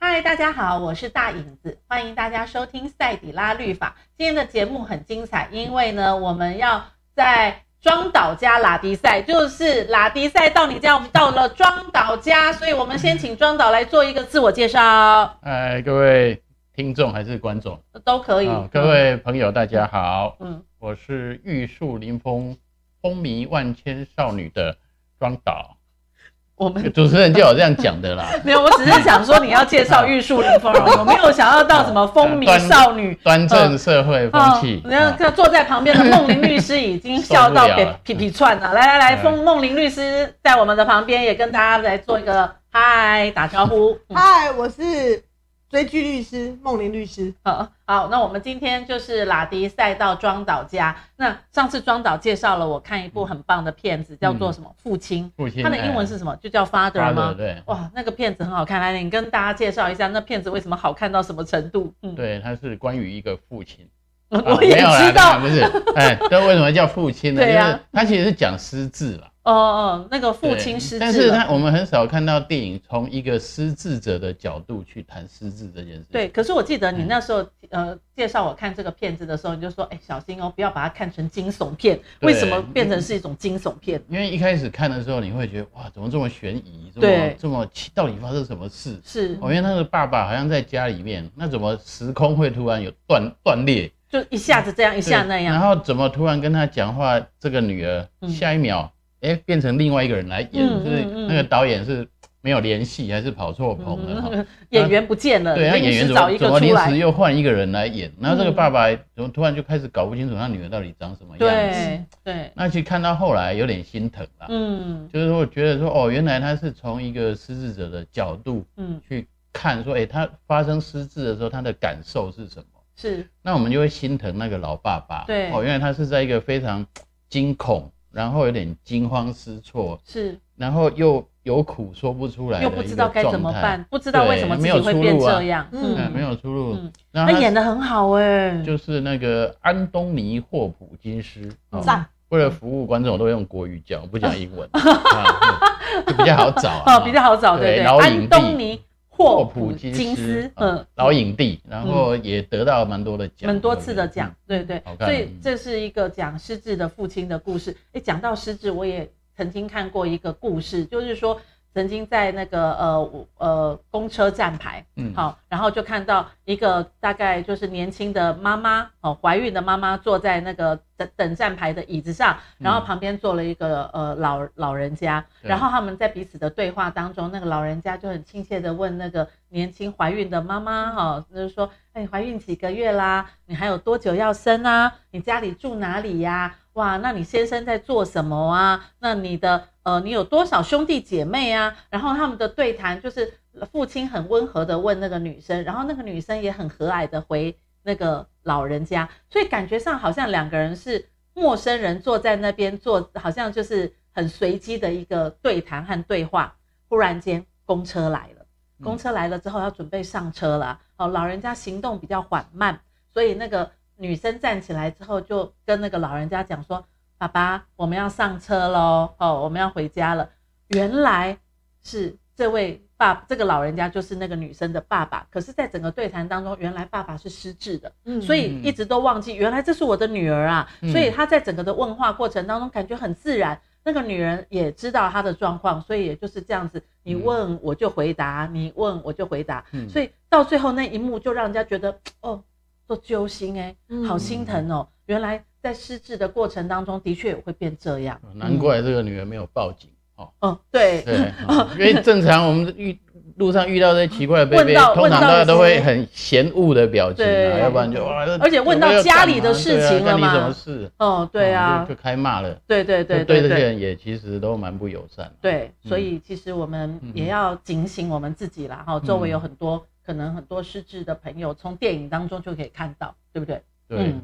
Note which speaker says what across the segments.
Speaker 1: 嗨，大家好，我是大影子，欢迎大家收听赛底拉律法。今天的节目很精彩，因为呢，我们要在庄岛加拉迪赛，就是拉迪赛到你家，我们到了庄岛家，所以我们先请庄岛来做一个自我介绍，
Speaker 2: 哎，各位听众还是观众
Speaker 1: 都可以。
Speaker 2: 啊，各，位朋友，大家好，
Speaker 1: 嗯，
Speaker 2: 我是玉树临风、风靡万千少女的庄导，
Speaker 1: 我们，
Speaker 2: 主持人叫我这样讲的啦
Speaker 1: 没有，我只是想说你要介绍玉树临风，啊我没有想要到什么风靡少女。
Speaker 2: 端正社会风气。
Speaker 1: 然
Speaker 2: 啊
Speaker 1: 后哦坐在旁边的梦玲律师已经笑到
Speaker 2: 受不了了
Speaker 1: 皮皮串了。来来来，
Speaker 2: 嗯
Speaker 1: 风梦玲律师在我们的旁边也跟大家来做一个嗨打招呼。嗯
Speaker 3: 嗨，我是追剧律师梦玲律师。
Speaker 1: 嗯好，好，那我们今天就是拉迪赛到庄导家。那上次庄导介绍了我看一部很棒的片
Speaker 2: 嗯
Speaker 1: 子，叫做什么《父亲
Speaker 2: 父》，亲，
Speaker 1: 它的英文是什么？就叫 Father
Speaker 2: 发
Speaker 1: 吗
Speaker 2: 的，？对
Speaker 1: 哇，那个片子很好看，来，你跟大家介绍一下那片子为什么好看到什么程度？嗯，
Speaker 2: 对，它是关于一个父 亲。啊
Speaker 1: 我也
Speaker 2: 没有啦
Speaker 1: 知道
Speaker 2: 没，有啦不是，哎，这为什么叫父亲 呢？
Speaker 1: 对
Speaker 2: 就
Speaker 1: 啊
Speaker 2: 是它其实是讲失智啦，
Speaker 1: 哦哦，那个父
Speaker 2: 对
Speaker 1: 亲失
Speaker 2: 但
Speaker 1: 智
Speaker 2: 是
Speaker 1: 了，
Speaker 2: 他我们很少看到电影从一个失智者的角度去谈失智这件事情。
Speaker 1: 对。可是我记得你
Speaker 2: 嗯
Speaker 1: 那时候呃介绍我看这个片子的时候，你就说，哎，小心哦，不要把它看成惊悚片。
Speaker 2: 对嗯
Speaker 1: 为什么变成是一种惊悚片？
Speaker 2: 因为一开始看的时候，你会觉得哇，怎么这么悬疑，这么
Speaker 1: 对
Speaker 2: 这么奇，到底发生什么事？
Speaker 1: 是，
Speaker 2: 哦，因为他的爸爸好像在家里面，那怎么时空会突然有断断裂，
Speaker 1: 就一下子这样，一
Speaker 2: 一
Speaker 1: 下那
Speaker 2: 然
Speaker 1: 样，
Speaker 2: 后怎么突然跟他讲话，这个女儿、
Speaker 1: 嗯
Speaker 2: 下一秒，哎、变成另外一个人来演，
Speaker 1: 嗯
Speaker 2: 就是
Speaker 1: 嗯嗯
Speaker 2: 那个导演是没有联系，还是跑错棚了？哈
Speaker 1: 嗯演员不见了，
Speaker 2: 对，那
Speaker 1: 临
Speaker 2: 演员
Speaker 1: 时
Speaker 2: 怎
Speaker 1: 找
Speaker 2: 么
Speaker 1: 一
Speaker 2: 怎
Speaker 1: 个
Speaker 2: 么
Speaker 1: 出
Speaker 2: 临
Speaker 1: 来
Speaker 2: 时，又换一个人来演？然后这个
Speaker 1: 嗯
Speaker 2: 爸爸怎么突然就开始搞不清楚他女儿到底长什么样子？
Speaker 1: 对对，
Speaker 2: 那其实看到后来有点心疼啦。
Speaker 1: 嗯
Speaker 2: 就是我觉得说，哦，原来他是从一个失智者的角度
Speaker 1: 嗯
Speaker 2: 去看，说，哎、他发生失智的时候，他的感受是什么？
Speaker 1: 是，
Speaker 2: 那我们就会心疼那个老爸爸。
Speaker 1: 对
Speaker 2: 哦，原来他是在一个非常惊恐，然后有点惊慌失措，
Speaker 1: 是
Speaker 2: 然后又有苦说不出来，
Speaker 1: 又不知道该怎么办。，不知道为什么自己
Speaker 2: 对没有
Speaker 1: 会
Speaker 2: 出
Speaker 1: 变
Speaker 2: 路啊
Speaker 1: 这样。
Speaker 3: 嗯
Speaker 2: 嗯，没有出路。
Speaker 1: 嗯
Speaker 2: 然
Speaker 1: 他
Speaker 2: 后
Speaker 1: 演的很好哎、
Speaker 2: 就是那个安东尼·霍普金斯，哦
Speaker 3: 赞
Speaker 2: 为了服务观众，我都用国语讲，我不讲英 文，啊嗯就比较好找啊
Speaker 1: 哦，比较好找，对
Speaker 2: 对
Speaker 1: 对，
Speaker 2: 老
Speaker 1: 安
Speaker 2: 影帝
Speaker 1: 东尼·霍
Speaker 2: 霍
Speaker 1: 普
Speaker 2: 普
Speaker 1: 金
Speaker 2: 金
Speaker 1: 斯
Speaker 2: 斯，，
Speaker 1: 嗯
Speaker 2: 嗯，，老影帝，然后也得到蛮多的奖，
Speaker 1: 蛮多次的奖，对对
Speaker 2: 好，看
Speaker 1: 所以
Speaker 2: 嗯
Speaker 1: 这是一个讲失智的父亲的故事。哎，讲到失智，我也曾经看过一个故事，就是说曾经在那个呃我呃公车站牌，
Speaker 2: 嗯
Speaker 1: 好，然后就看到一个大概就是年轻的妈妈，哦，怀孕的妈妈坐在那个等等站牌的椅子上，然后
Speaker 2: 嗯
Speaker 1: 旁边坐了一个呃老老人家，
Speaker 2: 对
Speaker 1: 然后他们在彼此的对话当中，那个老人家就很亲切的问那个年轻怀孕的妈妈，哈、就是说，哎，你怀孕几个月啦？你还有多久要生啊？你家里住哪里呀、哇，那你先生在做什么啊？那你的呃，你有多少兄弟姐妹啊？然后他们的对谈就是父亲很温和的问那个女生，然后那个女生也很和蔼的回那个老人家，所以感觉上好像两个人是陌生人坐在那边坐，好像就是很随机的一个对谈和对话。忽然间，公车来了，
Speaker 2: 嗯
Speaker 1: 公车来了之后要准备上车了。哦，老人家行动比较缓慢，所以那个女生站起来之后，就跟那个老人家讲说：“爸爸，我们要上车喽，哦，我们要回家了。”原来是这位爸，这个老人家就是那个女生的爸爸。可是，在整个对谈当中，原来爸爸是失智的。
Speaker 3: 嗯
Speaker 1: 所以一直都忘记，原来这是我的女儿啊！
Speaker 2: 嗯
Speaker 1: 所以她在整个的问话过程当中，感觉很自然。那个女人也知道她的状况，所以也就是这样子，你
Speaker 2: 嗯
Speaker 1: 问我就回答，你问我就回答。
Speaker 2: 嗯
Speaker 1: 所以到最后那一幕，就让人家觉得哦，都揪心哎、
Speaker 3: 嗯
Speaker 1: 好心疼哦。原来在失智的过程当中，的确也会变这样。
Speaker 2: 难怪这个女儿没有报警哦。
Speaker 1: 嗯哦，对，
Speaker 2: 对，哦因为正常我们遇路上遇到这些奇怪的贝
Speaker 1: 问
Speaker 2: 贝，
Speaker 1: 到
Speaker 2: 通
Speaker 1: 问
Speaker 2: 常
Speaker 1: 到
Speaker 2: 大家都
Speaker 1: 的
Speaker 2: 会
Speaker 1: 是
Speaker 2: 很嫌恶的表情啊，
Speaker 1: 对
Speaker 2: 要不然就哇，这
Speaker 1: 而且问到
Speaker 2: 有没有
Speaker 1: 家
Speaker 2: 干
Speaker 1: 里的
Speaker 2: 嘛
Speaker 1: 事
Speaker 2: 对啊
Speaker 1: 情了
Speaker 2: 干你
Speaker 1: 嘛
Speaker 2: 什么事？
Speaker 1: 哦，对啊
Speaker 2: 哦，就就开骂了。
Speaker 1: 对对对
Speaker 2: 就对这
Speaker 1: 对
Speaker 2: 些。人也其实都蛮不友善。，
Speaker 1: 对，
Speaker 2: 嗯
Speaker 1: 所以其实我们
Speaker 2: 嗯
Speaker 1: 也要警醒我们自己啦，哈、周围有很多可能很多失智的朋友，从电影当中就可以看到，对不对？嗯
Speaker 2: 对，，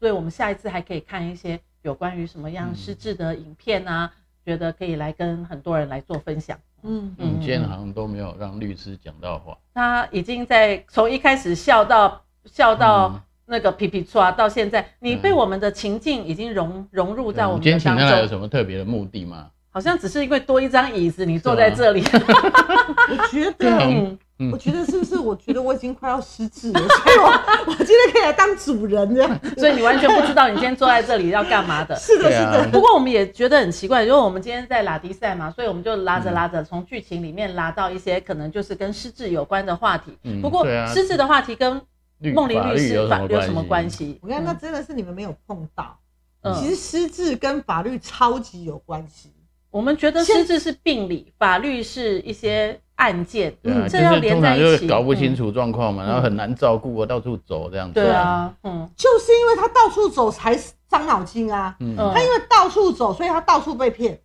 Speaker 1: 所以我们下一次还可以看一些有关于什么样
Speaker 2: 嗯
Speaker 1: 失智的影片啊，觉得可以来跟很多人来做分享。
Speaker 3: 嗯
Speaker 2: 嗯，今
Speaker 1: 嗯
Speaker 2: 天好像都没有让律师讲到话。
Speaker 1: 他已经在从一开始笑到笑到
Speaker 2: 嗯
Speaker 1: 那个皮皮抓，到现在你被
Speaker 2: 嗯
Speaker 1: 我们的情境已经融融入
Speaker 2: 对
Speaker 1: 在我们
Speaker 2: 今天
Speaker 1: 的
Speaker 2: 请
Speaker 1: 当
Speaker 2: 他来有
Speaker 1: 中，
Speaker 2: 什么特别的目的吗？
Speaker 1: 好像只是因为多一张椅子，你坐在这里，
Speaker 3: 我觉
Speaker 2: 对
Speaker 3: 得
Speaker 2: 啊
Speaker 1: 嗯，
Speaker 2: 嗯
Speaker 3: 我觉得是不是？我觉得我已经快要失智了，所以我我今天可以来当主人这样。
Speaker 1: 所以你完全不知道你今天坐在这里要干嘛的。
Speaker 3: 是的，
Speaker 2: 对
Speaker 3: 是
Speaker 2: 啊
Speaker 3: 的，
Speaker 1: 不过我们也觉得很奇怪，因为我们今天在拉迪赛嘛，所以我们就拉着
Speaker 2: 嗯
Speaker 1: 拉着，从剧情里面拉到一些可能就是跟失智有关的话题。
Speaker 2: 嗯
Speaker 1: 不过
Speaker 2: 对啊
Speaker 1: 失智的话题跟
Speaker 2: 律
Speaker 1: 梦玲
Speaker 2: 法
Speaker 1: 律
Speaker 2: 律
Speaker 1: 师
Speaker 2: 有
Speaker 1: 法
Speaker 2: 什
Speaker 3: 嗯啊
Speaker 2: 么
Speaker 1: 有什么关
Speaker 2: 关系？
Speaker 1: 系？
Speaker 3: 我看那真的是你们没有碰到。
Speaker 1: 嗯
Speaker 3: 其实失智跟法律超级有关系。
Speaker 1: 我们觉得
Speaker 3: 现
Speaker 1: 失智是病理，法律是一些案件，
Speaker 2: 对啊，
Speaker 1: 嗯
Speaker 2: 就
Speaker 1: 这要
Speaker 2: 是
Speaker 1: 连
Speaker 2: 通
Speaker 1: 在
Speaker 2: 常
Speaker 1: 一
Speaker 2: 就
Speaker 1: 起，
Speaker 2: 是搞不清
Speaker 1: 嗯。
Speaker 2: 楚状况嘛，然后很难照顾，我到处走这样子。
Speaker 1: 对啊，嗯
Speaker 3: 就是因为他到处走才伤脑筋啊。
Speaker 2: 嗯，
Speaker 1: 嗯
Speaker 3: 他因为到处走，所以他到处被骗，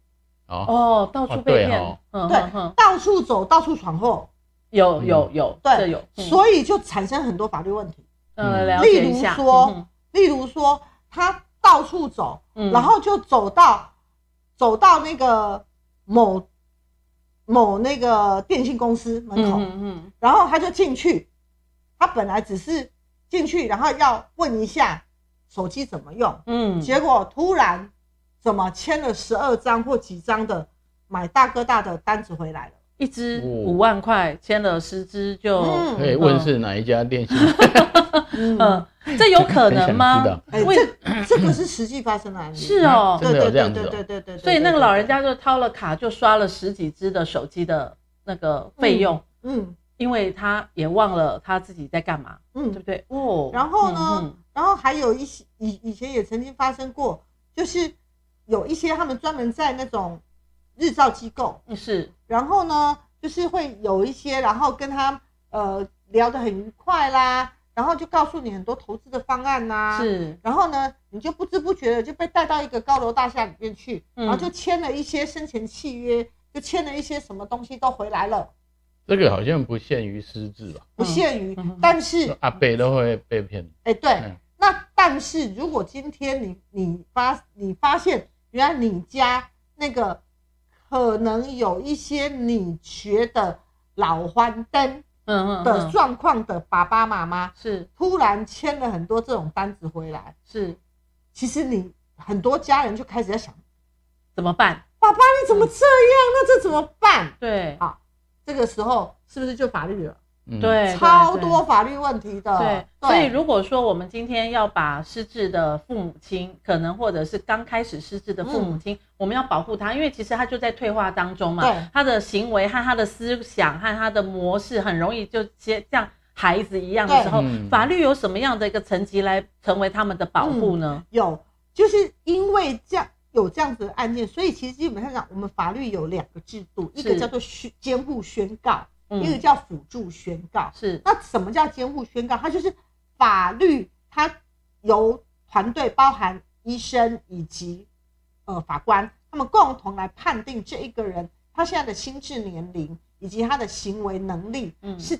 Speaker 2: 好，
Speaker 1: 哦，到处
Speaker 2: 哦
Speaker 1: 被
Speaker 2: 对
Speaker 1: 骗
Speaker 2: 哦，
Speaker 1: 嗯
Speaker 3: 对啊
Speaker 1: 哼哼，
Speaker 3: 到处走，到处闯祸，
Speaker 1: 有有有，
Speaker 3: 对
Speaker 1: 这有，嗯
Speaker 3: 所以就产生很多法律问题。
Speaker 1: 呃，
Speaker 2: 嗯
Speaker 1: 了解一
Speaker 3: 例
Speaker 1: 下，
Speaker 3: 如说
Speaker 1: 嗯哼
Speaker 3: 例如说，他到处走，
Speaker 1: 嗯
Speaker 3: 然后就走到走到那个某某那个电信公司门
Speaker 1: 嗯
Speaker 3: 口，
Speaker 1: 嗯嗯，
Speaker 3: 然后他就进去，他本来只是进去，然后要问一下手机怎么用，
Speaker 1: 嗯，
Speaker 3: 结果突然怎么签了十二张或几张的买大哥大的单子回来了。
Speaker 1: 一支
Speaker 2: 哦
Speaker 1: 五万块，签了十支就，
Speaker 3: 嗯
Speaker 2: 可以问是哪一家电信？
Speaker 3: 嗯
Speaker 1: 嗯，这 有可能
Speaker 2: 很想知
Speaker 1: 吗
Speaker 2: 道？
Speaker 3: 哎、
Speaker 1: 为
Speaker 3: 这这个是实际发生的案例。
Speaker 1: 是哦，
Speaker 2: 真的有这样子哦
Speaker 3: 对对对对对。
Speaker 1: 所以那个
Speaker 3: 对
Speaker 1: 老人，家就掏了卡，就刷了十几支的手机的那个费用，
Speaker 3: 嗯
Speaker 1: 因为他也忘了他自己在干嘛，对不
Speaker 3: 嗯，
Speaker 1: 对？哦，
Speaker 3: 然后呢
Speaker 1: 嗯嗯
Speaker 3: 然后还有一些以以前也曾经发生过，就是有一些他们专门在那种日照机构，
Speaker 1: 嗯是，
Speaker 3: 然后呢，就是会有一些，然后跟他呃聊得很愉快啦，然后就告诉你很多投资的方案呐、。
Speaker 1: 是，
Speaker 3: 然后呢，你就不知不觉的就被带到一个高楼大厦里面去，
Speaker 1: 嗯
Speaker 3: 然后就签了一些生前契约，就签了一些什么东西都回来了，
Speaker 2: 这个好像不限于失智吧？
Speaker 3: 不限于。
Speaker 1: 嗯嗯
Speaker 3: 但是，
Speaker 2: 阿贝都会被骗。
Speaker 3: 哎、对
Speaker 2: 嗯，
Speaker 3: 那但是如果今天你你发你发现原来你家那个可能有一些你觉得老欢灯
Speaker 1: 嗯嗯
Speaker 3: 的
Speaker 1: 嗯，
Speaker 3: 状况的爸爸妈妈，
Speaker 1: 是
Speaker 3: 突然签了很多这种单子回来，
Speaker 1: 是，
Speaker 3: 其实你很多家人就开始在想，
Speaker 1: 怎么办？
Speaker 3: 爸爸你怎
Speaker 1: 嗯
Speaker 3: 么这样？那这怎么办？
Speaker 1: 对
Speaker 3: 啊这个时候是不是就法律了？
Speaker 2: 嗯，
Speaker 1: 对，
Speaker 3: 超
Speaker 1: 对
Speaker 3: 多法律问题的。
Speaker 1: 对，所以如果说我们今天要把失智的父母亲，可能或者是刚开始失智的父
Speaker 3: 嗯
Speaker 1: 母亲，我们要保护他，因为其实他就在退化当中嘛
Speaker 3: 对，
Speaker 1: 他的行为和他的思想和他的模式，很容易就接像孩子一样的时候，
Speaker 2: 对嗯
Speaker 1: 法律有什么样的一个层级来成为他们的保护呢？
Speaker 3: 有就是因为这样有这样子的案件，所以其实基本上讲，我们法律有两个制度，
Speaker 1: 是
Speaker 3: 一个叫做宣监护宣告，
Speaker 1: 嗯，
Speaker 3: 一个叫辅助宣告。
Speaker 1: 是
Speaker 3: 那什么叫监护宣告？它就是法律，它由团队包含医生以及呃法官，他们共同来判定这一个人他现在的心智年龄以及他的行为能力
Speaker 1: 嗯
Speaker 3: 是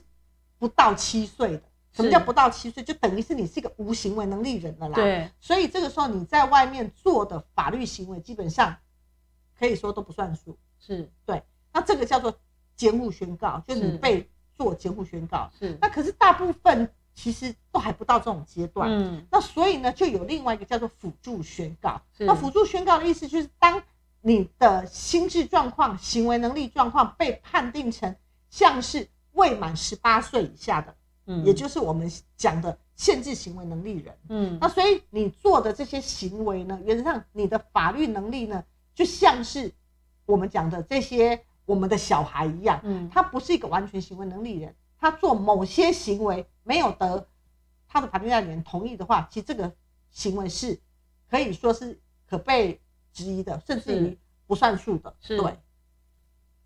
Speaker 3: 不到七岁的。什么
Speaker 1: 是
Speaker 3: 叫不到七岁？就等于是你是一个无行为能力人了啦。。
Speaker 1: 对，
Speaker 3: 所以这个时候你在外面做的法律行为，基本上可以说都不算数。
Speaker 1: 是
Speaker 3: 那这个叫做监护宣告，就是
Speaker 1: 是
Speaker 3: 你被做监护宣告。
Speaker 1: 是，
Speaker 3: 那可是大部分其实都还不到这种阶段。
Speaker 1: 嗯
Speaker 3: 那所以呢，就有另外一个叫做辅助宣告。
Speaker 1: 是
Speaker 3: 那辅助宣告的意思就是，当你的心智状况、行为能力状况被判定成像是未满十八岁以下的，
Speaker 1: 嗯
Speaker 3: 也就是我们讲的限制行为能力人。
Speaker 1: 嗯
Speaker 3: 那所以你做的这些行为呢，原则上你的法律能力呢，就像是我们讲的这些我们的小孩一样，
Speaker 1: 嗯，
Speaker 3: 他不是一个完全行为能力人，他做某些行为没有得他的法律代理人同意的话，其实这个行为是可以说是可被质疑的，甚至于
Speaker 1: 是
Speaker 3: 不算数的。
Speaker 1: 是
Speaker 3: 对，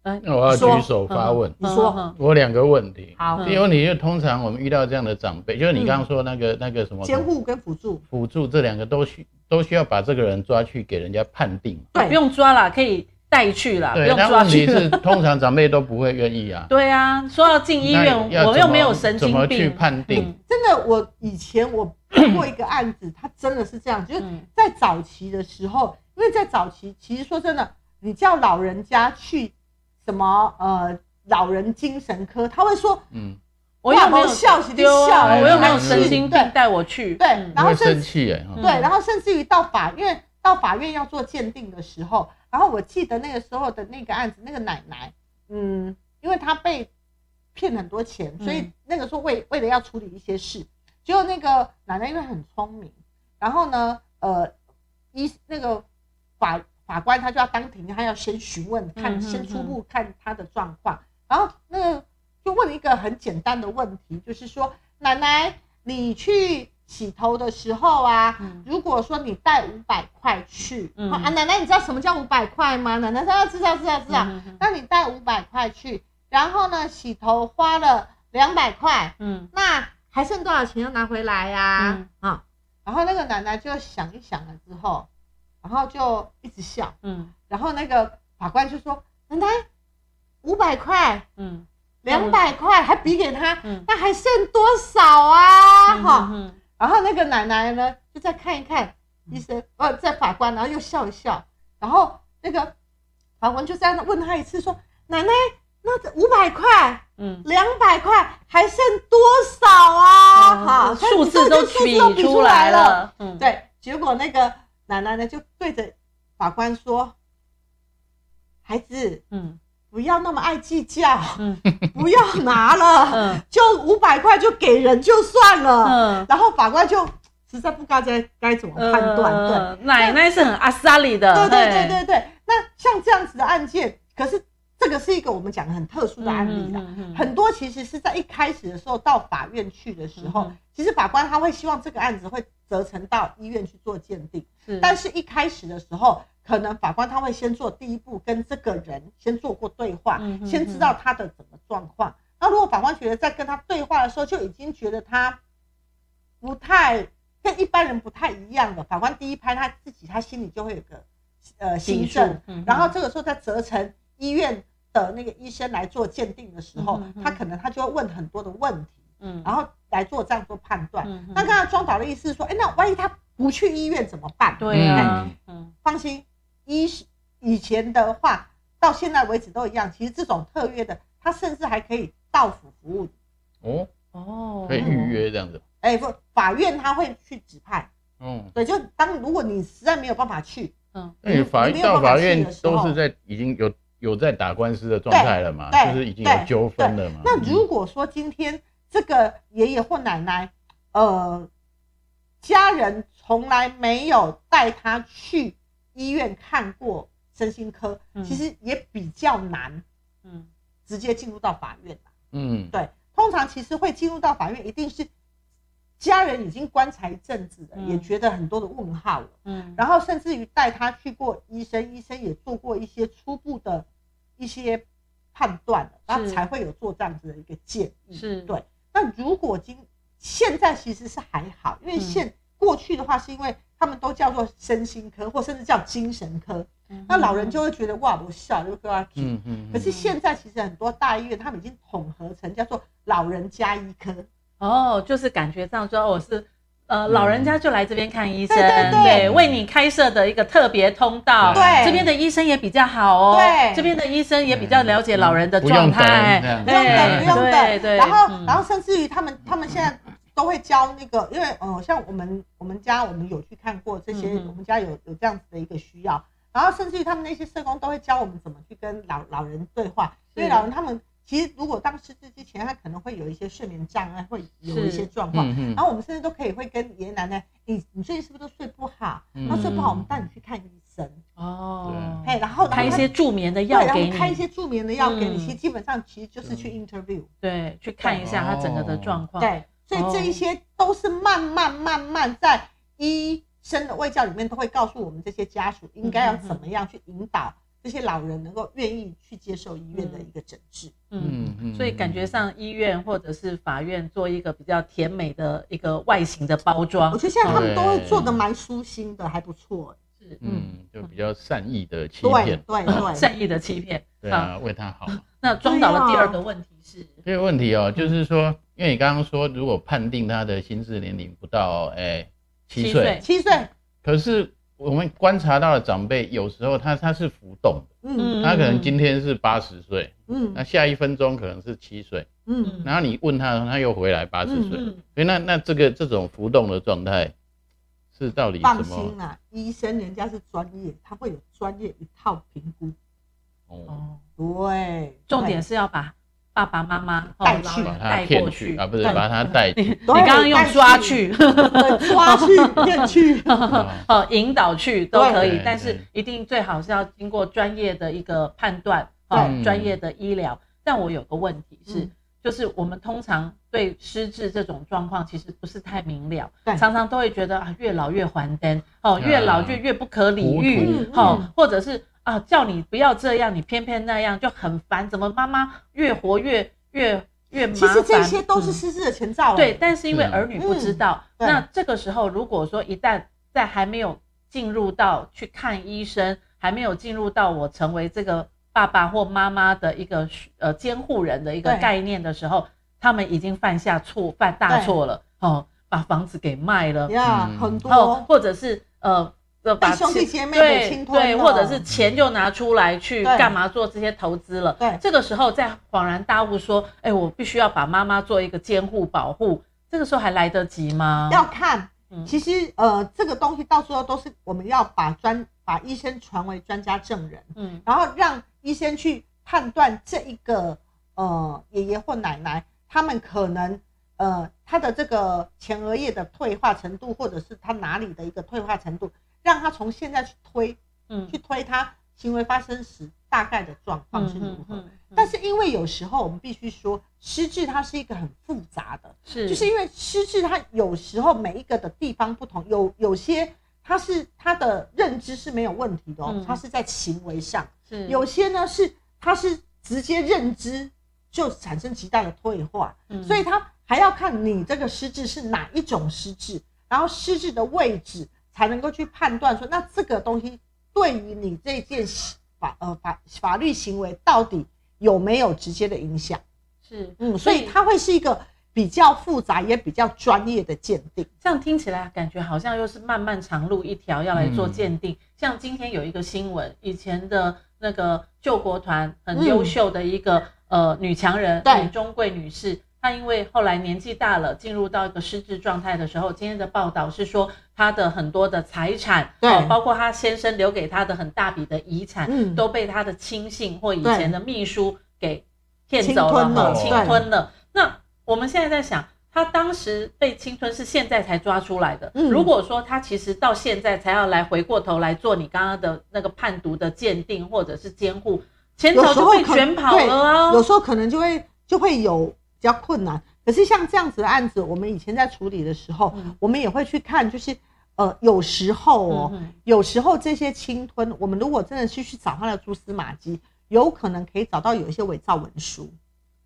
Speaker 1: 来
Speaker 2: 那我要
Speaker 3: 说
Speaker 2: 举手发问。
Speaker 3: 你说
Speaker 1: 嗯
Speaker 2: 我有两个问题。
Speaker 3: 好，
Speaker 1: 嗯
Speaker 2: 第一个问题就通常我们遇到这样的长辈，就是你刚刚说那个那个什么
Speaker 3: 监护跟辅助，
Speaker 2: 辅助这两个都需都需要把这个人抓去给人家判定。
Speaker 1: 嗯不
Speaker 3: 对，
Speaker 1: 用抓啦，可以带去啦，啊不
Speaker 2: 对，
Speaker 1: 用
Speaker 2: 但
Speaker 1: 抓
Speaker 2: 问题
Speaker 1: 去。
Speaker 2: 是通常长辈都不会愿意啊。
Speaker 1: 对啊，说要进医院，
Speaker 2: 那要
Speaker 1: 我
Speaker 2: 怎
Speaker 1: 又
Speaker 2: 么
Speaker 1: 没有神
Speaker 2: 怎么
Speaker 1: 经
Speaker 2: 去
Speaker 1: 病，
Speaker 2: 判定？
Speaker 3: 真的，我以 前我碰过一个案子，他真的是这样，就是
Speaker 1: 嗯
Speaker 3: 在早期的时候，因为在早期，其实说真的，你叫老人家去什么呃老人精神科，他会说
Speaker 2: 嗯，
Speaker 1: 我又没
Speaker 3: 哇
Speaker 1: 有
Speaker 3: 我笑是你
Speaker 1: 丢
Speaker 3: 笑
Speaker 1: 啊，
Speaker 2: 哎
Speaker 1: 我又没有
Speaker 2: 哎
Speaker 1: 神经
Speaker 3: 对
Speaker 1: 病，带我去。
Speaker 3: 对
Speaker 1: 嗯
Speaker 3: 然后
Speaker 2: 会
Speaker 3: 甚
Speaker 2: 生气哎。嗯
Speaker 3: 对，
Speaker 1: 嗯
Speaker 3: 然后甚至于到法院，到法院要做鉴定的时候，然后我记得那个时候的那个案子，那个奶奶，嗯，因为她被骗很多钱，所以
Speaker 1: 嗯
Speaker 3: 那个时候为为了要处理一些事，结果那个奶奶因为很聪明，然后呢，呃，一那个法法官他就要当庭，他要先询问，看
Speaker 1: 嗯
Speaker 3: 先
Speaker 1: 嗯
Speaker 3: 初
Speaker 1: 嗯
Speaker 3: 步看他的状况，然后那个就问了一个很简单的问题，就是说奶奶，你去洗头的时候啊，
Speaker 1: 嗯
Speaker 3: 如果说你带五百块去，
Speaker 1: 嗯
Speaker 3: 啊，奶奶，你知道什么叫五百块吗？奶奶说啊，知道，知道，知道。
Speaker 1: 嗯
Speaker 3: 那你带五百块去，然后呢，洗头花了两百块，
Speaker 1: 嗯
Speaker 3: 那还剩多少钱要拿回来呀、啊？
Speaker 1: 嗯
Speaker 3: 然后那个奶奶就想一想了之后，然后就一直笑，
Speaker 1: 嗯
Speaker 3: 然后那个法官就说：“奶奶，五百块，
Speaker 1: 嗯
Speaker 3: 两百块，还比给他，
Speaker 1: 嗯，
Speaker 3: 那还剩多少啊？”哈、
Speaker 1: 嗯
Speaker 3: 然后那个奶奶呢，就再看一看医生，呃，在法官，然后又笑一笑，然后那个法官就这样问他一次说：“奶奶，那五百块、
Speaker 1: 嗯，
Speaker 3: 两百块还剩多少啊？”哈、
Speaker 1: 嗯数字都取
Speaker 3: 数字比
Speaker 1: 出来。了，嗯，
Speaker 3: 对，结果那个奶奶呢，就对着法官说：“孩子，
Speaker 1: 嗯
Speaker 3: 不要那么爱计较，
Speaker 1: 嗯
Speaker 3: 不要拿 了，
Speaker 1: 嗯
Speaker 3: 就五百块就给人就算了。”
Speaker 1: 嗯。
Speaker 3: 然后法官就实在不知道该该怎么判断。
Speaker 1: 呃奶奶是很阿萨里的，
Speaker 3: 对，对对对
Speaker 1: 呃嘿
Speaker 3: 对对。那像这样子的案件，可是这个是一个我们讲的很特殊的案例啦。
Speaker 1: 嗯嗯嗯
Speaker 3: 很多其实是在一开始的时候到法院去的时候，
Speaker 1: 嗯
Speaker 3: 其实法官他会希望这个案子会责成到医院去做鉴定，
Speaker 1: 是
Speaker 3: 但是一开始的时候，可能法官他会先做第一步跟这个人先做过对话，
Speaker 1: 嗯哼
Speaker 3: 先知道他的整个状况。那如果法官觉得在跟他对话的时候就已经觉得他不太跟一般人不太一样的，法官第一拍他自己，他心里就会有个呃心
Speaker 1: 定数
Speaker 3: 证，
Speaker 1: 嗯哼
Speaker 3: 然后这个时候在责成医院的那个医生来做鉴定的时候，
Speaker 1: 嗯哼嗯
Speaker 3: 他可能他就会问很多的问题，
Speaker 1: 嗯
Speaker 3: 然后来做这样做判断。
Speaker 1: 嗯哼
Speaker 3: 那刚才庄导的意思是说，哎、那万一他不去医院怎么办？
Speaker 1: 对啊
Speaker 2: 嗯，
Speaker 1: 嗯
Speaker 3: 放心，医师以前的话到现在为止都一样。其实这种特约的，他甚至还可以到府服务。
Speaker 2: 哦，
Speaker 1: 哦，
Speaker 2: 可以预约这样子。
Speaker 3: 哎、不，法院他会去指派。
Speaker 2: 嗯，
Speaker 3: 对，就当如果你实在没有办法去，
Speaker 1: 嗯，
Speaker 2: 那你法
Speaker 3: 你没有
Speaker 2: 到
Speaker 3: 办法
Speaker 2: 法
Speaker 3: 去
Speaker 2: 院
Speaker 3: 的时候
Speaker 2: 都是在已经有有在打官司的状态了嘛，
Speaker 3: 对
Speaker 2: 就是已经有纠纷了嘛。
Speaker 3: 那如果说今天这个爷爷或奶奶，呃，家人从来没有带他去医院看过身心科，
Speaker 1: 嗯
Speaker 3: 其实也比较难
Speaker 1: 嗯
Speaker 3: 直接进入到法院。
Speaker 2: 嗯，
Speaker 3: 对，通常其实会进入到法院，一定是家人已经观察一阵子了，
Speaker 1: 嗯
Speaker 3: 也觉得很多的问号了，
Speaker 1: 嗯，
Speaker 3: 然后甚至于带他去过医生，医生也做过一些初步的一些判断了，然后才会有做这样子的一个建议。
Speaker 1: 是
Speaker 3: 对。那如果今现在其实是还好，因为
Speaker 1: 嗯
Speaker 3: 现、过去的话是因为他们都叫做身心科，或甚至叫精神科，
Speaker 1: 嗯
Speaker 3: 那老人就会觉得哇，我笑就跟他去。
Speaker 2: 嗯嗯，
Speaker 3: 可是现在其实很多大医院他们已经统合成叫做老人加医科，
Speaker 1: 哦，就是感觉上说我是。呃，
Speaker 2: 嗯
Speaker 1: 老人家就来这边看医生，
Speaker 3: 对对对
Speaker 1: 为你开设的一个特别通道，
Speaker 3: 对
Speaker 1: 这边的医生也比较好哦，
Speaker 3: 对
Speaker 1: 这边的医生也比较了解老人的
Speaker 2: 嗯不用
Speaker 1: 状
Speaker 2: 等
Speaker 1: 态，
Speaker 2: 这样
Speaker 3: 不用等，不用等。
Speaker 1: 对对，
Speaker 3: 然后，
Speaker 1: 嗯
Speaker 3: 然后甚至于他们，他们现在都会教那个，因为呃，像我们我们家我们有去看过这些，
Speaker 1: 嗯嗯
Speaker 3: 我们家有有这样子的一个需要。然后，甚至于他们那些社工都会教我们怎么去跟老老人对话，因为
Speaker 1: 是
Speaker 3: 老人他们其实如果当失智之前，他可能会有一些睡眠障碍，会有一些
Speaker 1: 是
Speaker 3: 状况。
Speaker 2: 嗯
Speaker 3: 然后我们甚至都可以会跟爷爷奶奶，你你最近是不是都睡不好？
Speaker 2: 嗯
Speaker 3: 那睡不好，我们带你去看医生。
Speaker 1: 哦，
Speaker 3: 哎，然后
Speaker 1: 开一些助眠的
Speaker 3: 对，
Speaker 1: 药
Speaker 3: 然
Speaker 1: 给
Speaker 3: 后
Speaker 1: 你，
Speaker 3: 开一些助眠的药给你，
Speaker 1: 嗯
Speaker 3: 其实基本上其实就是去 interview，
Speaker 1: 对，去看一下他整个的状况，，
Speaker 3: 对，所以
Speaker 1: 哦
Speaker 3: 这一些都是慢慢慢慢在医生的卫教里面都会告诉我们这些家属应
Speaker 1: 嗯
Speaker 3: 该要怎么样去引导这些老人能够愿意去接受医院的一个诊治。
Speaker 1: 嗯。
Speaker 2: 嗯
Speaker 1: 所以感觉上，医院或者是法院做一个比较甜美的一个外形的包装
Speaker 3: 我，觉得现在他们都会做的蛮舒心的，还不错。
Speaker 1: 是
Speaker 2: 嗯，就比较善意的欺
Speaker 3: 对
Speaker 2: 骗，嗯
Speaker 3: 对对，
Speaker 1: 善意的欺骗。
Speaker 2: 对啊，为他好。
Speaker 1: 那庄导的第二个问题是，
Speaker 2: 这个问题哦，就是说，因为你刚刚说，如果判定他的心智年龄不到哎七
Speaker 1: 七
Speaker 2: 岁
Speaker 1: 岁，
Speaker 3: 七岁，
Speaker 2: 可是我们观察到的长辈，有时候他他是浮动的，
Speaker 3: 嗯
Speaker 2: 他可能今天是八十岁，那
Speaker 3: 嗯
Speaker 2: 下一分钟可能是七岁，
Speaker 3: 嗯，
Speaker 2: 然后你问他，他又回来八十岁，
Speaker 1: 嗯，
Speaker 2: 所以那那这个这种浮动的状态是到底
Speaker 3: 放
Speaker 2: 怎
Speaker 3: 心
Speaker 2: 么？
Speaker 3: 啦，医生人家是专业，他会有专业一套评估。
Speaker 2: 哦，
Speaker 1: 哦，
Speaker 3: 对，
Speaker 1: 重点是要把爸爸妈妈哦
Speaker 3: 带
Speaker 1: 老
Speaker 3: 去
Speaker 1: 人
Speaker 2: 把他
Speaker 1: 带
Speaker 2: 骗
Speaker 1: 过
Speaker 2: 去
Speaker 1: 去
Speaker 2: 啊，不是
Speaker 1: 对
Speaker 2: 把他带
Speaker 1: 你
Speaker 2: 去，
Speaker 1: 你刚刚用抓去，
Speaker 3: 抓去 骗去，
Speaker 2: 啊
Speaker 1: 哦，引导去都可以
Speaker 2: 对，
Speaker 1: 但是
Speaker 2: 对
Speaker 1: 一定最好是要经过专业的一个判断，哦
Speaker 2: 对，
Speaker 1: 专业的医疗。但我有个问题是
Speaker 3: 嗯，
Speaker 1: 就是我们通常对失智这种状况其实不是太明了
Speaker 3: 对，
Speaker 1: 常常都会觉得啊，越老越还灯，哦，
Speaker 2: 啊
Speaker 1: 越老就越不可理喻，
Speaker 2: 糊涂
Speaker 1: 哦
Speaker 2: 嗯，
Speaker 1: 或者是啊，叫你不要这样，你偏偏那样，就很烦。怎么妈妈越活越越越麻
Speaker 3: 其
Speaker 1: 烦？
Speaker 3: 实这些都是
Speaker 1: 嗯
Speaker 3: 失智的前兆。
Speaker 1: 对，，但是因为
Speaker 2: 是啊
Speaker 1: 儿女不知道，
Speaker 3: 哦嗯对
Speaker 1: 那这个时候如果说一旦在还没有进入到去看医生，还没有进入到我成为这个爸爸或妈妈的一个呃监护人的一个
Speaker 3: 对
Speaker 1: 概念的时候，他们已经犯下错，犯大
Speaker 3: 对
Speaker 1: 错了哦，把房子给卖了，
Speaker 3: 呀，
Speaker 2: 嗯
Speaker 3: 很
Speaker 1: 哦
Speaker 3: 多，
Speaker 1: 或者是呃。呃把
Speaker 3: 被兄弟
Speaker 1: 钱
Speaker 3: 姐妹给
Speaker 1: 对
Speaker 3: 侵吞
Speaker 1: 对，
Speaker 3: 了
Speaker 1: 或者是钱就拿出来去
Speaker 3: 对
Speaker 1: 干嘛做这些投资了？
Speaker 3: 对
Speaker 1: 这个时候再恍然大悟说：“哎，我必须要把妈妈做一个监护保护。”这个时候还来得及吗？
Speaker 3: 要看
Speaker 1: 嗯
Speaker 3: 其实呃，这个东西到最后都是我们要把专把医生传为专家证人，
Speaker 1: 嗯
Speaker 3: 然后让医生去判断这一个呃爷爷或奶奶他们可能呃他的这个前额叶的退化程度，或者是他哪里的一个退化程度，让他从现在去推
Speaker 1: 嗯
Speaker 3: 去推他行为发生时大概的状况是如何。
Speaker 1: 嗯
Speaker 3: 但是因为有时候我们必须说，失智它是一个很复杂的，
Speaker 1: 是
Speaker 3: 就是因为失智，它有时候每一个的地方不同，有有些它是它的认知是没有问题的哦
Speaker 1: 嗯，
Speaker 3: 它是在行为上；
Speaker 1: 是
Speaker 3: 有些呢是它是直接认知就产生极大的退化，
Speaker 1: 嗯
Speaker 3: 所以它还要看你这个失智是哪一种失智，然后失智的位置才能够去判断说，那这个东西对于你这件法呃法法律行为到底有没有直接的影响。
Speaker 1: 是
Speaker 3: 嗯，所以它会是一个比较复杂也比较专业的鉴定。
Speaker 1: 这样听起来感觉好像又是漫漫长路一条要来做
Speaker 2: 嗯
Speaker 1: 鉴定。像今天有一个新闻，以前的那个救国团很优秀的一个、呃女强人
Speaker 3: 嗯对
Speaker 1: 李中贵女士，她因为后来年纪大了，进入到一个失智状态的时候，今天的报道是说她的很多的财产，
Speaker 3: 对
Speaker 1: 哦包括她先生留给她的很大笔的遗产，
Speaker 3: 嗯，
Speaker 1: 都被他的亲信或以
Speaker 3: 对
Speaker 1: 前的秘书给骗走
Speaker 3: 侵吞
Speaker 1: 了，
Speaker 3: 了
Speaker 1: 侵
Speaker 2: 对
Speaker 1: 吞了。那我们现在在想，他当时被侵吞是现在才抓出来的。
Speaker 3: 嗯
Speaker 1: 如果说他其实到现在才要来回过头来做你刚刚的那个判读的鉴定或者是监护，前
Speaker 3: 有
Speaker 1: 头
Speaker 3: 时
Speaker 1: 就
Speaker 3: 候
Speaker 1: 被
Speaker 3: 可
Speaker 1: 卷跑
Speaker 3: 对
Speaker 1: 了啊。
Speaker 3: 有时候可能就会就会有比较困难。可是像这样子的案子，我们以前在处理的时候，
Speaker 1: 嗯
Speaker 3: 我们也会去看，就是呃，有时候哦，
Speaker 1: 嗯
Speaker 3: 有时候这些侵吞，我们如果真的去去找他的蛛丝马迹，有可能可以找到有一些伪造文书。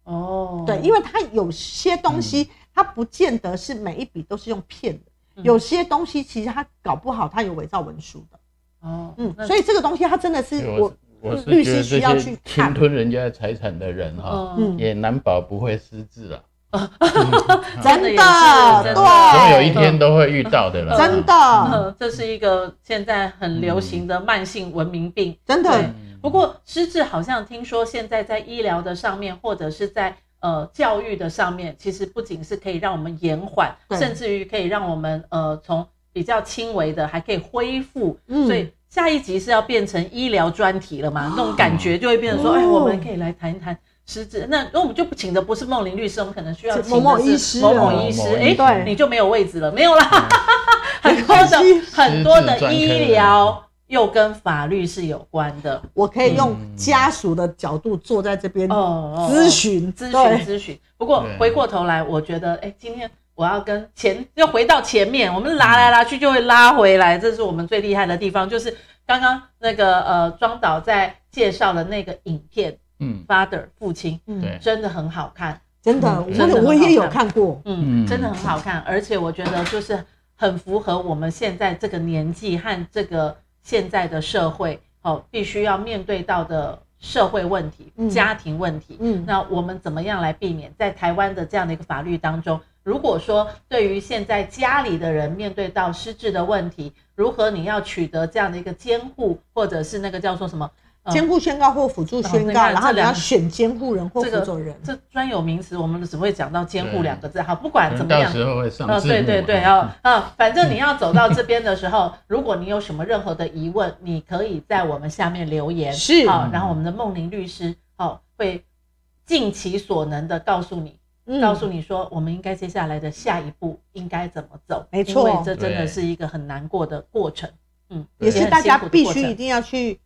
Speaker 1: 哼哦，
Speaker 3: 对，因为它有些东西，它不见得是每一笔都是用骗的，
Speaker 1: 嗯
Speaker 3: 有些东西其实它搞不好它有伪造文书的。
Speaker 1: 哦，
Speaker 3: 嗯，
Speaker 1: 那
Speaker 3: 所以这个东西它真的是
Speaker 2: 我
Speaker 3: 我
Speaker 2: 是我是
Speaker 3: 律
Speaker 2: 觉得
Speaker 3: 师需要
Speaker 2: 这
Speaker 3: 去
Speaker 2: 些侵
Speaker 3: 看。
Speaker 2: 吞人家财产的人哈，
Speaker 1: 嗯，哦
Speaker 3: 嗯
Speaker 2: 也难保不会失智啊。嗯
Speaker 1: 真的也是
Speaker 3: 真的
Speaker 1: 真
Speaker 2: 总有
Speaker 1: 的
Speaker 2: 一天都会遇到的啦。
Speaker 3: 真
Speaker 2: 嗯
Speaker 3: 的，
Speaker 1: 呃，这是一个现在很流行的慢性文明病。
Speaker 3: 真
Speaker 1: 对
Speaker 3: 的，
Speaker 2: 嗯
Speaker 1: 不过失智好像听说现在在医疗的上面，或者是在呃教育的上面，其实不仅是可以让我们延缓，
Speaker 3: 对
Speaker 1: 甚至于可以让我们呃从比较轻微的还可以恢复。
Speaker 3: 嗯
Speaker 1: 所以下一集是要变成医疗专题了 嘛？那种感觉就会变成说，
Speaker 3: 哦
Speaker 1: 哎，我们可以来谈一谈。失智，那那我们就不请的不是梦玲律师，我们可能需要
Speaker 3: 是
Speaker 1: 请的是
Speaker 3: 某某医师
Speaker 1: 某某
Speaker 3: 了
Speaker 1: 医师
Speaker 2: 某某。医
Speaker 1: 哎，
Speaker 2: 师
Speaker 3: 对
Speaker 1: 你就没有位置了，没有啦。 很多
Speaker 3: 没关系
Speaker 1: 的很多
Speaker 2: 失智专
Speaker 1: 的
Speaker 2: 科
Speaker 1: 医疗又跟法律是有关的。
Speaker 3: 我可以用
Speaker 2: 嗯
Speaker 3: 家属的角度坐在这边
Speaker 1: 哦，
Speaker 3: 咨询
Speaker 1: 咨
Speaker 3: 对
Speaker 1: 询咨询。不过
Speaker 2: 对
Speaker 1: 回过头来，我觉得，哎、今天我要跟前要回到前面，我们拉来拉去就会拉回来，这是我们最厉害的地方，就是刚刚那个呃庄导在介绍的那个影片《
Speaker 2: 嗯，
Speaker 1: Father 父亲
Speaker 3: 嗯
Speaker 2: 对》，
Speaker 1: 真的很好看，
Speaker 3: 真的，
Speaker 2: 嗯
Speaker 3: 我
Speaker 1: 真的
Speaker 3: 我
Speaker 1: 很好
Speaker 3: 也有
Speaker 1: 看
Speaker 3: 看过，
Speaker 1: 嗯，
Speaker 2: 嗯
Speaker 1: 真的很好看，而且我觉得就是很符合我们现在这个年纪和这个现在的社会哦，必须要面对到的社会问题、
Speaker 3: 嗯
Speaker 1: 家庭问题，
Speaker 3: 嗯，
Speaker 1: 那我们怎么样来避免在台湾的这样的一个法律当中？如果说对于现在家里的人面对到失智的问题，如何你要取得这样的一个监护，或者是那个叫做什么？呃
Speaker 3: 监护宣告或辅助宣
Speaker 1: 哦你
Speaker 3: 告，
Speaker 1: 看
Speaker 3: 然后
Speaker 1: 这
Speaker 3: 你
Speaker 1: 两
Speaker 3: 要
Speaker 1: 个
Speaker 3: 选监护人或
Speaker 1: 这个
Speaker 3: 辅佐人，
Speaker 1: 这专有名词，我们只会讲到监护
Speaker 2: 对
Speaker 1: 两个字。好，不管
Speaker 2: 可
Speaker 1: 怎
Speaker 2: 能
Speaker 1: 么
Speaker 2: 嗯到
Speaker 1: 样，
Speaker 2: 时候会上
Speaker 1: 呃，
Speaker 2: 字幕啊
Speaker 1: 对对对，哦，呃，反正你要走到这边的时候，如果你有什么任何的疑问，你可以在我们下面留言，
Speaker 3: 是
Speaker 1: 好、然后我们的梦玲律师，哦，会尽其所能的告诉你，
Speaker 3: 嗯
Speaker 1: 告诉你说我们应该接下来的下一步应该怎么走。
Speaker 3: 没错
Speaker 1: 因为这真的
Speaker 2: 对
Speaker 1: 是一个很难过的过程。嗯，
Speaker 2: 对
Speaker 3: 也是大
Speaker 1: 很辛
Speaker 3: 家
Speaker 1: 苦的
Speaker 3: 必
Speaker 1: 过
Speaker 3: 须
Speaker 1: 程
Speaker 3: 一定要去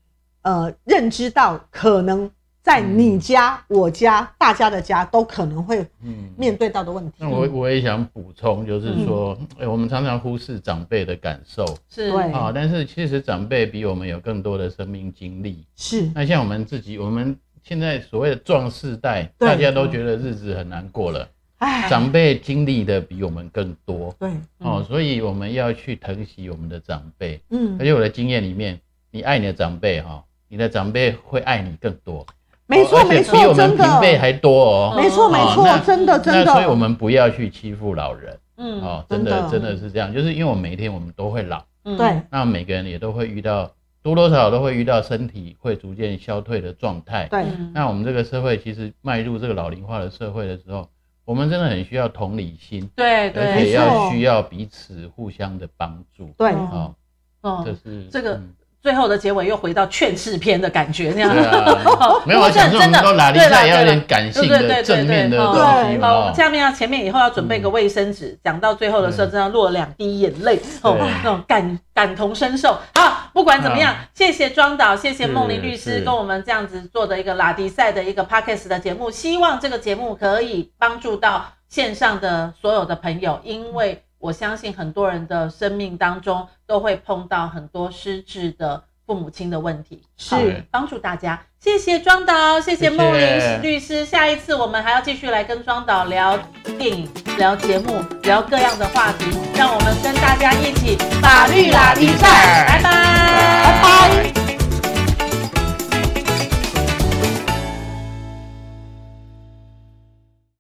Speaker 3: 呃认知到，可能在你家、
Speaker 1: 嗯
Speaker 3: 我家、大家的家都可能会
Speaker 2: 嗯
Speaker 3: 面对到的问题。
Speaker 2: 那我我也想补充，就是说，
Speaker 1: 嗯
Speaker 2: 哎、我们常常忽视长辈的感受
Speaker 1: 是
Speaker 3: 对
Speaker 2: 啊，但是其实长辈比我们有更多的生命经历。
Speaker 3: 是
Speaker 2: 那像我们自己，我们现在所谓的壮世代，
Speaker 3: 对
Speaker 2: 大家都觉得日子很难过了，
Speaker 1: 嗯
Speaker 3: 哎，
Speaker 2: 长辈经历的比我们更多
Speaker 3: 对，
Speaker 2: 哦，所以我们要去疼惜我们的长辈。而
Speaker 3: 嗯，
Speaker 2: 且我的经验里面，你爱你的长辈哈，你的长辈会爱你更多，
Speaker 3: 没错
Speaker 2: 哦而且
Speaker 3: 没
Speaker 2: 比我
Speaker 3: 错，
Speaker 2: 们
Speaker 3: 真
Speaker 2: 平
Speaker 3: 的，
Speaker 2: 辈还多哦。
Speaker 3: 没错
Speaker 1: 哦
Speaker 3: 没
Speaker 2: 那
Speaker 3: 错，真的真
Speaker 2: 那所以我
Speaker 3: 的，
Speaker 2: 们不要去欺负老人。
Speaker 1: 嗯
Speaker 2: 哦，真
Speaker 3: 真的
Speaker 2: 的真的是这样，就是因为我们每一天我们都会老，
Speaker 1: 嗯
Speaker 3: 对，
Speaker 2: 那每个人也都会遇到多多少少都会遇到身体会逐渐消退的状态。
Speaker 3: 对
Speaker 1: 嗯
Speaker 2: 那我们这个社会其实迈入这个老龄化的社会的时候，我们真的很需要同理心，
Speaker 1: 对
Speaker 2: 而
Speaker 1: 对
Speaker 2: 且
Speaker 3: 没错
Speaker 2: 要需要彼此互相的帮助。
Speaker 3: 对
Speaker 1: 嗯
Speaker 2: 哦，
Speaker 1: 哦
Speaker 2: 这是
Speaker 1: 这个
Speaker 2: 嗯
Speaker 1: 最后的结尾又回到劝世篇的感觉那样。
Speaker 2: 对 啊，没有，我
Speaker 1: 不过
Speaker 2: 想说我
Speaker 1: 真
Speaker 2: 们
Speaker 1: 的
Speaker 2: 都拉力
Speaker 1: 对啦
Speaker 2: 赛要有
Speaker 1: 对啦
Speaker 2: 点感性
Speaker 1: 对对对
Speaker 2: 的正面的
Speaker 1: 对
Speaker 2: 东
Speaker 1: 对
Speaker 2: 西嘛。
Speaker 1: 好，我
Speaker 2: 哦嗯
Speaker 1: 们下面要前面以后要准备个卫生纸，讲到最后的时候，真的落了两滴眼泪哦
Speaker 2: 对，
Speaker 1: 那种感感同身受。好，不管怎么样
Speaker 2: 啊，
Speaker 1: 谢谢庄导，谢谢梦玲律师
Speaker 2: 是
Speaker 1: 跟我们这样子做的一个拉迪赛的一个 podcast 的节目，希望这个节目可以帮助到线上的所有的朋友，因为我相信很多人的生命当中都会碰到很多失智的父母亲的问题。
Speaker 3: 是
Speaker 1: 好帮助大家。谢谢庄导，谢谢
Speaker 2: 谢谢
Speaker 1: 梦玲律师。下一次我们还要继续来跟庄导聊电影、聊节目、聊各样的话题，让我们跟大家一起法律拉力赛，拜拜。